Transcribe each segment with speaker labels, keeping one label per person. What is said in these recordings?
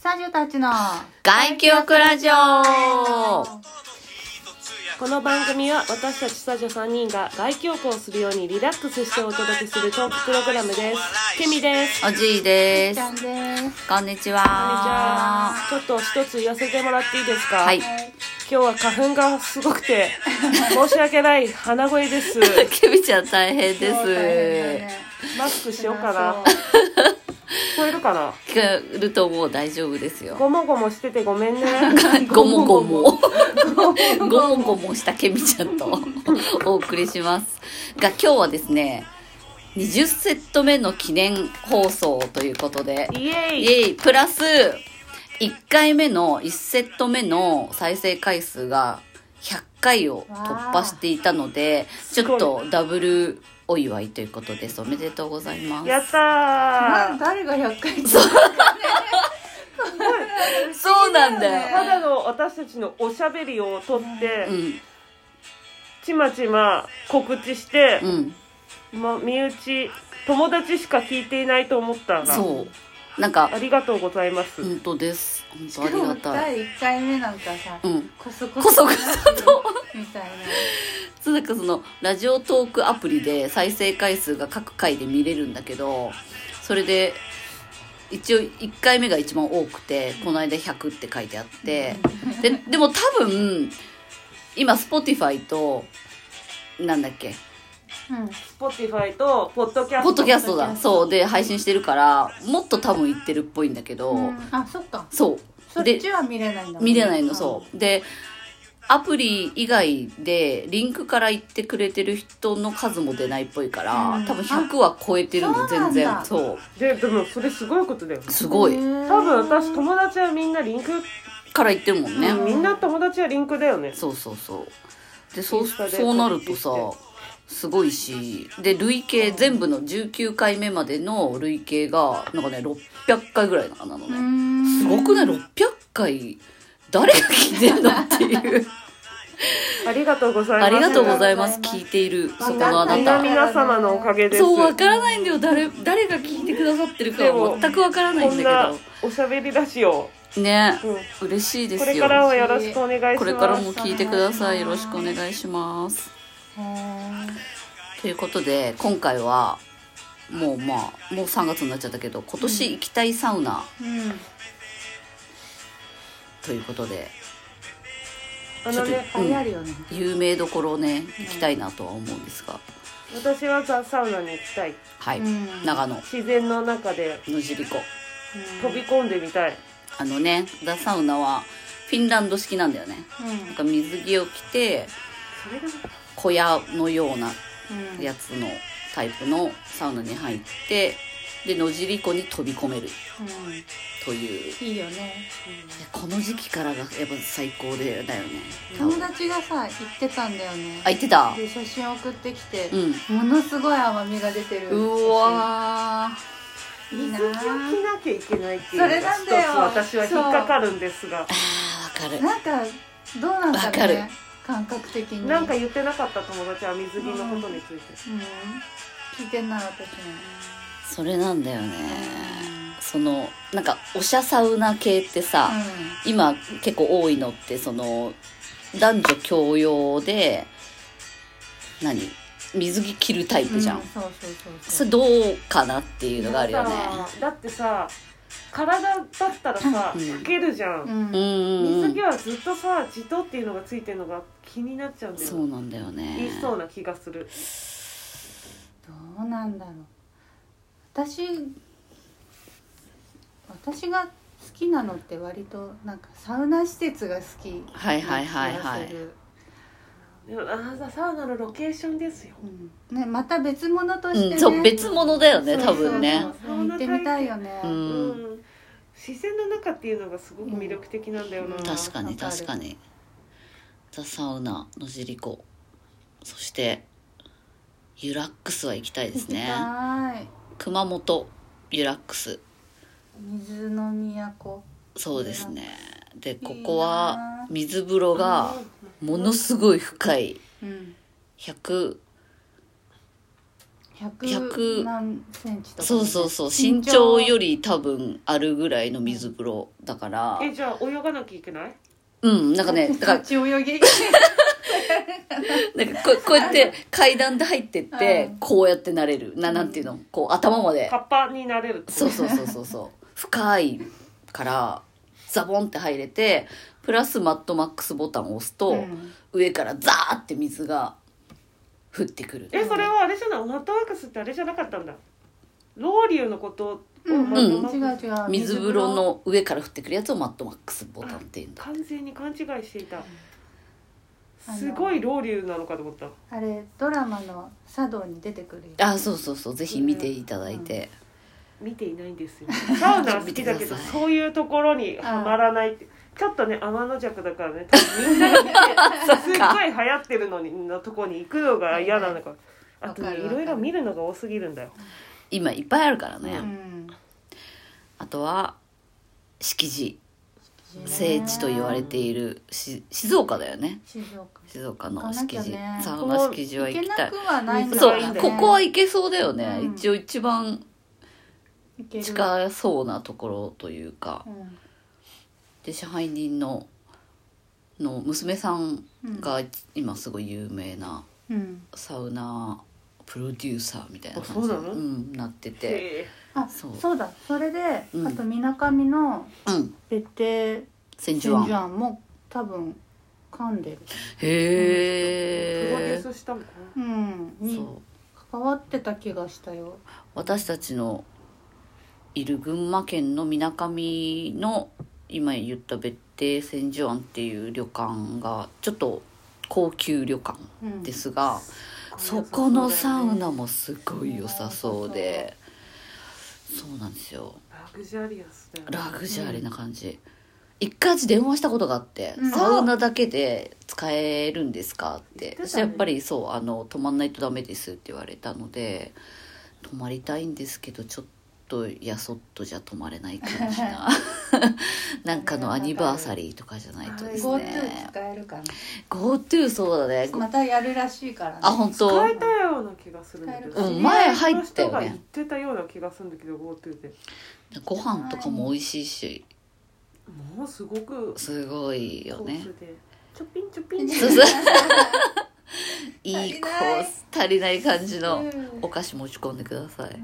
Speaker 1: サジュたちの
Speaker 2: 外記憶ラジオ
Speaker 3: この番組は私たちスタジオ3人が外記憶をするようにリラックスしてお届けするトークプログラムです。ケミです。こんに
Speaker 2: おじいで
Speaker 1: ち
Speaker 2: す
Speaker 1: ゃんです
Speaker 2: こんにち
Speaker 3: ちは
Speaker 2: は。
Speaker 3: ちょっと一つ言わせてもらっていいですか
Speaker 2: はい
Speaker 3: 今日は花粉がすごくて、申し訳ない鼻声です。
Speaker 2: ケビちゃん大変で
Speaker 1: 今日大変だ
Speaker 2: す
Speaker 1: ね
Speaker 3: マスクしようかな。
Speaker 1: そ
Speaker 3: 聞
Speaker 1: う
Speaker 3: こえるかな
Speaker 2: 聞けるともう大丈夫ですよ
Speaker 3: ごもごもしててごめんね。
Speaker 2: ごもごもごもごもしたケビちゃんとお送りしますが今日はですね20セット目の記念放送ということで
Speaker 3: イエーイ
Speaker 2: イエイプラス1回目の1セット目の再生回数が100回を突破していたのでち
Speaker 3: ー
Speaker 2: ょっとダブルお祝いということですおめでとうございます
Speaker 3: やった
Speaker 1: な
Speaker 3: ー
Speaker 1: 誰が100回言ってるんだろうね
Speaker 2: そうなんだ
Speaker 3: ただの私たちのおしゃべりをとって、
Speaker 2: うん
Speaker 3: ちまちま告知して、
Speaker 2: うん
Speaker 3: ま、身内友達しか聞いていないと思ったが
Speaker 2: そうなんか
Speaker 3: ありがとうございます、
Speaker 2: 本当です本
Speaker 1: しか
Speaker 2: 当あ
Speaker 1: も
Speaker 2: りがたい
Speaker 1: 第1回目なんかさ
Speaker 2: うん
Speaker 1: こそこそ
Speaker 2: こそ
Speaker 1: とみたいな
Speaker 2: そうなんかそのラジオトークアプリで再生回数が各回で見れるんだけどそれで一応1回目が一番多くてこの間100って書いてあってででも多分今 Spotify となんだっけ
Speaker 1: うん、
Speaker 3: Spotify とポッドキャスト
Speaker 2: ポッドキャストだそうで配信してるからもっと多分いってるっぽいんだけど、
Speaker 1: うんあそっか
Speaker 2: そう
Speaker 1: そっ
Speaker 2: で
Speaker 1: ちは見れないんだもんね
Speaker 2: 見れないのそうでアプリ以外でリンクから行ってくれてる人の数も出ないっぽいから、
Speaker 1: うん
Speaker 2: 多分100は超えてるの
Speaker 1: あそうな
Speaker 2: 全
Speaker 1: んだ
Speaker 2: 然そう
Speaker 3: ででもそれすごいことだよ
Speaker 2: すごい
Speaker 1: へー
Speaker 3: 多分私友達はみんなリンク、
Speaker 2: から行ってるもんね、
Speaker 1: うん
Speaker 3: みんな友達はリンクだよね
Speaker 2: そうそうそうでそう
Speaker 3: インスタで
Speaker 2: そうなるとさ
Speaker 3: 告
Speaker 2: すごいしで累計全部の19回目までの累計がなんかね600回ぐらいなの
Speaker 1: う
Speaker 2: ね、
Speaker 1: ん
Speaker 2: すごくね600回誰が聞いてんのっていう
Speaker 3: ありがとうございます
Speaker 2: ありがとうございます
Speaker 1: ありがとうございます
Speaker 2: 聞いているそこ
Speaker 1: わ
Speaker 2: の
Speaker 1: かんな
Speaker 2: あないた
Speaker 1: わ
Speaker 3: 皆様のおかげです
Speaker 2: そうわからないんだよ誰誰が聞いてくださってるか
Speaker 3: で
Speaker 2: は
Speaker 3: も
Speaker 2: 全くわからない
Speaker 3: こ
Speaker 2: ん
Speaker 3: んな
Speaker 2: だ
Speaker 3: おしゃべりラジオ、
Speaker 2: けどね
Speaker 3: うん
Speaker 2: 嬉しいで
Speaker 3: こ
Speaker 2: す
Speaker 3: れ
Speaker 2: よ
Speaker 3: からはよろしくお願いします
Speaker 2: これからも聞いてください
Speaker 1: よ
Speaker 2: よろ
Speaker 1: ろ
Speaker 2: し
Speaker 1: し
Speaker 2: く
Speaker 1: く
Speaker 2: お
Speaker 1: お願
Speaker 2: 願いします
Speaker 1: へー
Speaker 2: ということで今回はもうまあもう3月になっちゃったけど今年行きたいサウナ
Speaker 1: うん
Speaker 2: ということで
Speaker 3: あの
Speaker 2: ちょっ
Speaker 3: ね
Speaker 2: と
Speaker 1: あれあるよね
Speaker 2: 有名どころをね行きたいなとは思うんですが
Speaker 3: 私はザ・サウナに行きたい
Speaker 2: はい
Speaker 1: うん
Speaker 2: 長野
Speaker 3: 自然の中で
Speaker 2: 野尻湖
Speaker 3: 飛び込んでみたい
Speaker 2: あのねダサウナはフィンランド式なんだよね
Speaker 1: うん
Speaker 2: なんか水着を着て
Speaker 3: それが
Speaker 2: 小屋のような
Speaker 1: うん
Speaker 2: やつのタイプのサウナに入ってで野尻湖に飛び込める
Speaker 1: う
Speaker 2: という
Speaker 1: ん
Speaker 2: い
Speaker 1: いいよね
Speaker 2: やこの時期からがやっぱ最高でだよね
Speaker 1: 友達がさ行ってたんだよね
Speaker 2: あ行ってた
Speaker 1: で写真送ってきて
Speaker 2: うん
Speaker 1: ものすごい甘みが出てる
Speaker 2: うわ
Speaker 1: 写真いいな
Speaker 3: 水着を着なきゃいけないっていうのが
Speaker 1: それなんだよ
Speaker 3: 一つ私は引っかかるんですが
Speaker 2: ーあーわかる
Speaker 1: なんかどうなんだ
Speaker 2: わか
Speaker 1: ろう
Speaker 2: る
Speaker 1: ね感覚的に
Speaker 3: なんか言ってなかった友達は水着のことについて、
Speaker 1: うん聞いてんな私
Speaker 2: それなんだよねそのなんかおしゃサウナ系ってさ、
Speaker 1: も
Speaker 2: 今結構多いのってその男女共用で何水着着るタイ
Speaker 1: う
Speaker 2: プじゃん、
Speaker 1: うそうそうそう
Speaker 2: そ
Speaker 1: そう
Speaker 2: れどうかなっていうのがあるよね
Speaker 3: だからだってさ体だったらさ
Speaker 2: うん
Speaker 3: かけるじゃん、
Speaker 1: うん
Speaker 2: うんうんう
Speaker 3: 水
Speaker 2: ん
Speaker 3: 着はずっとさ地頭っていうのがついてるのが気になっちゃうんだよ
Speaker 2: そうなんだよね
Speaker 3: 言いそうな気がする
Speaker 1: どうなんだろう私私が好きなのって割となんかサウナ施設が好き
Speaker 2: はいはいはいは
Speaker 1: な気がす
Speaker 2: い
Speaker 1: る
Speaker 3: でもあーサウナのロケーションですよ
Speaker 1: うんね、また別物として、ね
Speaker 2: うんそう別物だよね
Speaker 1: そう
Speaker 2: 多分ね
Speaker 1: そうそう行ってみたいよね、
Speaker 2: う
Speaker 3: うんん、自然の中っていうのがすごく魅力的なんだよな、
Speaker 1: うん
Speaker 2: 確かに
Speaker 1: わかる
Speaker 2: 確かにザ・サウナのジリコそしてユラックスは行きたいで
Speaker 1: 行き
Speaker 2: すね
Speaker 1: たい
Speaker 2: 熊本ユラックス
Speaker 1: 水の都
Speaker 2: そうですね
Speaker 1: い
Speaker 2: で
Speaker 1: いな
Speaker 2: ここは水風呂がものすごい深い
Speaker 1: うん
Speaker 2: 100
Speaker 1: 100何センチとか、
Speaker 2: そうそうそう身長より多分あるぐらいの水風呂だから
Speaker 3: えじゃあ泳がなきゃいけない
Speaker 2: うんなん かねだから
Speaker 1: 立ち泳ぎ
Speaker 2: なんかこうこうやって階段で入ってって
Speaker 1: うん
Speaker 2: こうやってなれるななんていうのこう頭まで
Speaker 3: カッパになれるって
Speaker 2: そうそうそうそうそう深いからザボンって入れてプラスマットマックスボタンを押すと、
Speaker 1: うん
Speaker 2: 上からザーって水が降ってくる
Speaker 3: えそれはあれじゃないマットワークスってあれじゃなかったんだロウリュのことを
Speaker 1: うん、
Speaker 3: マット
Speaker 1: 違
Speaker 3: マックス
Speaker 1: う違う
Speaker 2: 水風呂の上から降ってくるやつをマットマックスボタンって言うんだ
Speaker 3: 完全に勘違いしていた
Speaker 1: あの
Speaker 3: すごいロウリュなのかと思った
Speaker 1: あれドラマの茶道に出てくるよ
Speaker 2: あそうそうそうぜひ見ていただいて、
Speaker 3: 見ていないんですよサウナは好きだけ
Speaker 2: 見てくだ
Speaker 3: ど
Speaker 2: さい
Speaker 3: そういうところにはまらないってちょっとね天の弱だからね多分みんなが見てすっごい流行ってるのにのとこに行くのが嫌なのかあと
Speaker 1: わか
Speaker 3: ね
Speaker 1: る
Speaker 3: い
Speaker 1: わか
Speaker 3: ろ
Speaker 1: る
Speaker 3: いろ見るのが多すぎるんだよ
Speaker 2: 今いっぱいあるからね、
Speaker 1: うん
Speaker 2: あとは敷地聖地と言われているし静岡だよね
Speaker 1: 静岡
Speaker 2: 静岡の
Speaker 1: 行かな
Speaker 2: 敷地、
Speaker 1: きゃね
Speaker 2: サウナ敷地は行
Speaker 1: 行け
Speaker 2: き
Speaker 1: な
Speaker 2: たい
Speaker 1: くはないんだ
Speaker 2: そ
Speaker 1: よ
Speaker 3: は
Speaker 2: う
Speaker 1: ね
Speaker 2: ここは行けそうだよね、
Speaker 1: うん
Speaker 2: 一応一番
Speaker 1: 行ける
Speaker 2: 近そうなところというか
Speaker 1: うん
Speaker 2: で支配人のの娘さん
Speaker 1: うん
Speaker 2: が今すごい有名な
Speaker 1: うん
Speaker 2: サウナプロデューサーみたいな感じ
Speaker 3: あそうなの
Speaker 2: ん、なってて、
Speaker 3: へえ
Speaker 1: あ
Speaker 2: そ
Speaker 1: そううだそれで、
Speaker 2: うん
Speaker 1: あとみなかみの
Speaker 2: うん、
Speaker 1: 別邸
Speaker 2: 千
Speaker 1: 千
Speaker 2: 住
Speaker 1: 住
Speaker 2: 庵
Speaker 1: 庵も多分噛んでる
Speaker 3: プロデュー
Speaker 2: へえ、
Speaker 3: スしたのか
Speaker 1: うん
Speaker 2: そ
Speaker 1: に
Speaker 2: う
Speaker 1: 関わってた気がしたよ
Speaker 2: 私たちのいる群馬県のみなかみの今言った別邸千住庵っていう旅館がちょっと高級旅館
Speaker 1: うん
Speaker 2: ですが、
Speaker 3: な
Speaker 2: そこのサウナもすごい良さそうで、そうなんですよ
Speaker 3: ラグジュアリアスだよね
Speaker 2: ラグジュアリーな感じ、一回私電話したことがあって、
Speaker 1: うん
Speaker 2: サウナだけで使えるんですかって
Speaker 3: 言ってた
Speaker 2: そ
Speaker 3: ね
Speaker 2: したらやっぱりそうあの泊まんないとダメですって言われたので泊まりたいんですけどちょっとやそっとじゃ泊まれない感じななんかのアニバーサリーとかじゃないとです
Speaker 1: GoTo
Speaker 2: ね
Speaker 1: 使えるかな
Speaker 2: GoTo そうだね、
Speaker 1: またやるらしいからね
Speaker 2: あ本当
Speaker 3: 使えたような気がするんだけど、
Speaker 1: うん
Speaker 2: 前入ったよね
Speaker 3: 知り合いの人が言ってたような気がするんだけど GoTo で
Speaker 2: ご飯とかも美味しいし
Speaker 3: もうすごく
Speaker 2: すごいよ
Speaker 3: コ
Speaker 2: ね
Speaker 3: ースでちょぴんちょぴんで
Speaker 2: そうそういい
Speaker 1: 足り
Speaker 2: コ
Speaker 1: ない
Speaker 2: ース足りない感じの
Speaker 1: うん
Speaker 2: お菓子持ち込んでください、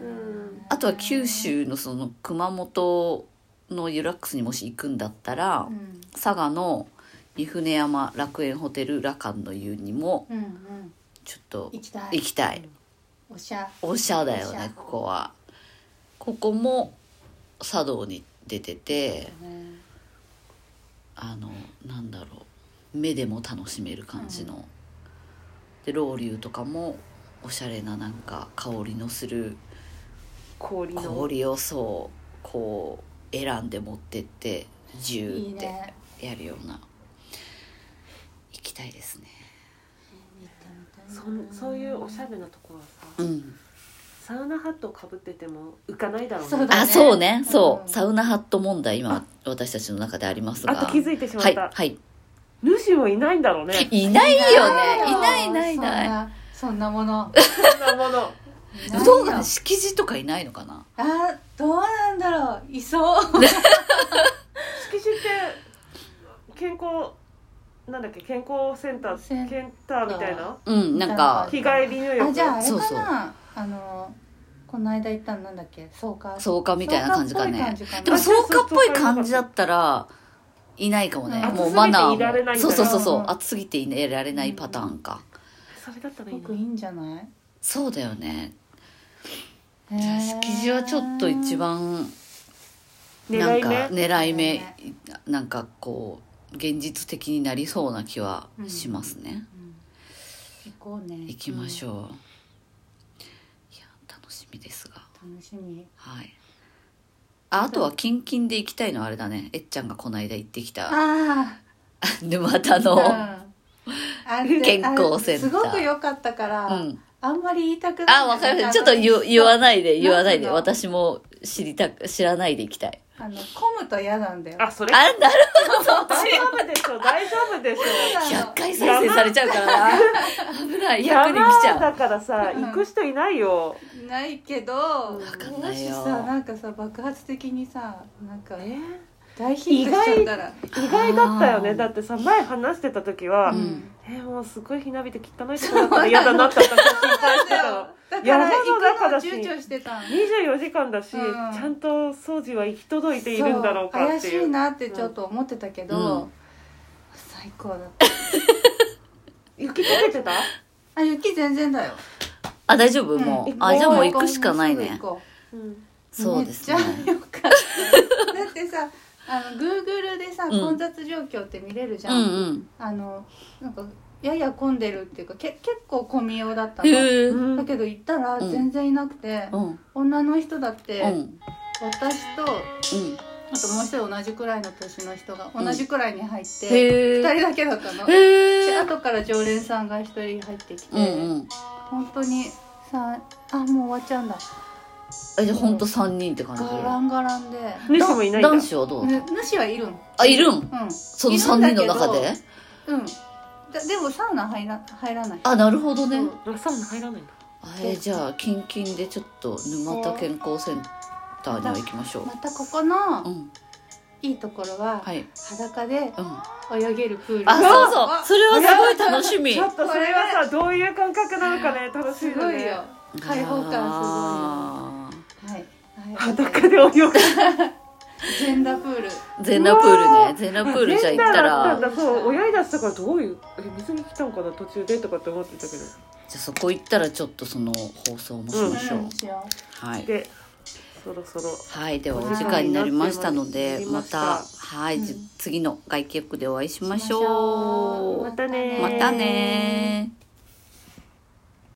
Speaker 3: うん
Speaker 2: あとは九州のその熊本のユラックスにもし行くんだったら、
Speaker 1: うん
Speaker 2: 佐賀の三船山楽園ホテル羅漢の湯にも
Speaker 1: うんうん
Speaker 2: ちょっと
Speaker 1: 行きたい
Speaker 2: 行きたい
Speaker 1: おしゃ
Speaker 2: おしゃだよ
Speaker 1: おし
Speaker 2: ね
Speaker 1: ゃ
Speaker 2: ここはここも茶道に出てて
Speaker 1: ね
Speaker 2: あのなんだろう目でも楽しめる感じの、でロウリュとかもおしゃれななんか香りのする
Speaker 3: 氷の
Speaker 2: 氷をそうこう選んで持ってってジュ
Speaker 1: い
Speaker 2: ー
Speaker 1: い
Speaker 2: って
Speaker 1: ね
Speaker 2: やるような行きたいですね
Speaker 3: そんそういうおしゃれなとこは
Speaker 2: う
Speaker 3: さ、
Speaker 2: ん
Speaker 3: サウナハットをかぶってても浮かないだろうね
Speaker 1: そうだね
Speaker 2: あそうねそう、
Speaker 1: うん
Speaker 2: サウナハット問題今私たちの中でありますが
Speaker 3: あと気づいてしま
Speaker 2: は
Speaker 3: っ
Speaker 2: い
Speaker 3: た、
Speaker 2: はい
Speaker 3: 主はいないんだろうね
Speaker 2: いないよねい
Speaker 1: よ
Speaker 2: ないいないいない
Speaker 1: そんなそんなもの
Speaker 3: そんなもの
Speaker 1: いないよ
Speaker 2: どうかな敷地とかいないのかな
Speaker 1: あどうなんだろういそう
Speaker 3: 敷地って健康なんだっけ健康センター
Speaker 1: セン
Speaker 3: センターみたいな
Speaker 2: うんなんか
Speaker 3: 日帰り入浴
Speaker 1: あじゃああれかな
Speaker 2: そうそう
Speaker 1: あのこの間行ったのなんだっけ草加
Speaker 2: 草加みたいな感じかね
Speaker 1: 草加っぽい感じかな
Speaker 2: でも草加っぽい感じだったらいないかもね、
Speaker 1: うん
Speaker 2: もうマナ
Speaker 3: 暑すぎていられ
Speaker 2: ーも
Speaker 3: ないみたい
Speaker 2: そう
Speaker 3: な
Speaker 2: そうそうそう
Speaker 1: うん
Speaker 2: 暑すぎていられないパターンか、
Speaker 3: それだったらいい
Speaker 1: 僕
Speaker 3: ない
Speaker 1: いんじゃない
Speaker 2: そうだよね
Speaker 1: へ
Speaker 2: じゃあ
Speaker 1: ー
Speaker 2: 敷地はちょっと一番な
Speaker 3: 狙
Speaker 2: ん
Speaker 3: い
Speaker 2: か
Speaker 3: 目
Speaker 2: 狙い目
Speaker 1: 狙い
Speaker 2: なんかこう現実的になりそうな気はしますね、
Speaker 1: うん行こうね
Speaker 2: 行きましょう、いや楽しみですが
Speaker 1: うん楽しみ
Speaker 2: はいああとはキンキンで行きたいのはあれだねえっちゃんがこの間行ってきた
Speaker 1: あ
Speaker 2: 沼田
Speaker 1: あ、
Speaker 2: の、
Speaker 1: うんあれ
Speaker 2: 健康センター
Speaker 1: あれすごく良かったから、
Speaker 2: うん
Speaker 1: あんまり言いたくない
Speaker 2: あ、わかりました。ちょっと言う言わないで、言わないで。
Speaker 1: なんていうの
Speaker 2: 私も知りたく、知らないでいきたい。
Speaker 1: あの混むと嫌なんだよ
Speaker 3: あそれ
Speaker 2: あ、なるほど。
Speaker 3: 大丈夫でしょ大丈夫でしょ
Speaker 2: 100回再生されちゃうからな。危ない。100人来ち
Speaker 3: 山
Speaker 2: ゃ
Speaker 3: だからさ
Speaker 1: うん
Speaker 3: 行く人いないよ
Speaker 1: ないけど
Speaker 3: わ
Speaker 2: かん
Speaker 1: も
Speaker 2: ない
Speaker 1: し
Speaker 2: よ
Speaker 1: さなんかさ爆発的にさなんか
Speaker 3: え
Speaker 1: 大ヒットしちゃったら
Speaker 3: 意外だったよねだってさ前話してた時は
Speaker 2: う。う
Speaker 1: うんん。
Speaker 3: えもうすごいひなびて汚いとこだから嫌だなって私心配してたの
Speaker 1: だから
Speaker 3: やらな
Speaker 1: 行
Speaker 3: いのだから
Speaker 1: くの
Speaker 3: し
Speaker 1: 躊躇してたん
Speaker 3: 24時間だし、
Speaker 1: うん
Speaker 3: ちゃんと掃除は行き届いているんだろうかって
Speaker 1: そ
Speaker 3: いう
Speaker 1: 怪しいなってちょっと思ってたけど、
Speaker 2: うん
Speaker 1: 最高だった
Speaker 3: 雪溶けてた
Speaker 1: あ雪全然だよ
Speaker 2: あ、大丈夫もう
Speaker 3: う。ん
Speaker 2: あ、じゃあもう行くしかない
Speaker 1: もうす
Speaker 2: ね
Speaker 1: ぐ。行こ
Speaker 3: うん
Speaker 2: そうですね。
Speaker 1: めっちゃよかっただってさあの Google でさ
Speaker 2: ん
Speaker 1: 混雑状況って見れるじ
Speaker 2: う
Speaker 1: ゃん、
Speaker 2: ん
Speaker 1: あのなんかやや混んでるっていうかけ結構混みようだった
Speaker 2: うん。
Speaker 1: の、
Speaker 2: へえ。
Speaker 3: うん
Speaker 1: だけど行ったら
Speaker 2: うん
Speaker 1: 全然いなくて、
Speaker 2: うん。うん。
Speaker 1: 女の人だって、
Speaker 2: うん。
Speaker 1: 私とあともう一人同じくらいの年の人が
Speaker 2: うん
Speaker 1: 同じくらいに入って、
Speaker 2: へ
Speaker 1: 二
Speaker 2: え。
Speaker 1: 人だけだったの、
Speaker 2: へ
Speaker 1: で
Speaker 2: え。
Speaker 1: 後から常連さんが一人入ってきて、
Speaker 2: うんうん。
Speaker 1: 本当にさあもう終わっちゃうんだ
Speaker 2: え、じゃあほんと3人って感じ
Speaker 1: ガランガランで、
Speaker 3: 主もいないんだ
Speaker 2: 男子はどうだ
Speaker 1: ぬ主はいるん
Speaker 2: あ、いる
Speaker 1: うんん
Speaker 2: その3人の中
Speaker 1: いる
Speaker 2: で
Speaker 1: うんだでもサウナ入ら入らない
Speaker 2: あ、なるほどね
Speaker 1: そう。
Speaker 3: あサウナ入らないんだ
Speaker 2: あえーじゃあキンキンでちょっと沼田健康センターには行きましょ
Speaker 1: またここの
Speaker 2: う。うん。
Speaker 1: いいところは、
Speaker 2: はい。
Speaker 1: 裸で
Speaker 2: うん。
Speaker 1: 泳げるプール
Speaker 2: あ、そうそう。
Speaker 1: わ
Speaker 2: それはすごい楽しみ。
Speaker 3: ちょっとそれはさどういう感覚なのかね楽し
Speaker 1: す
Speaker 3: みだ
Speaker 1: ご
Speaker 3: ね
Speaker 1: いよ開放感
Speaker 2: あー
Speaker 1: すごいよはい
Speaker 3: 裸で泳ぐ
Speaker 1: ジェンダープール
Speaker 2: ゼンラプールね。ゼンラプールじゃあ行った
Speaker 3: 変な
Speaker 2: ら、
Speaker 3: の
Speaker 2: じゃ
Speaker 3: だったんだそう泳いだしたからどういうえ水に来たのかな途中でとかって思ってたけど
Speaker 2: あそこ行ったらちょっとその放送もしましょう。
Speaker 1: うんしよ
Speaker 2: はい。
Speaker 3: でそろそろ
Speaker 2: はい、ではお時間になりましたの
Speaker 3: は
Speaker 2: で
Speaker 3: い、
Speaker 2: また、はい、
Speaker 1: うん
Speaker 2: じ次の外局でお会いしま
Speaker 1: し
Speaker 2: し
Speaker 1: まし
Speaker 2: ょ
Speaker 1: ょ
Speaker 2: う。
Speaker 1: う
Speaker 3: またね
Speaker 2: またねー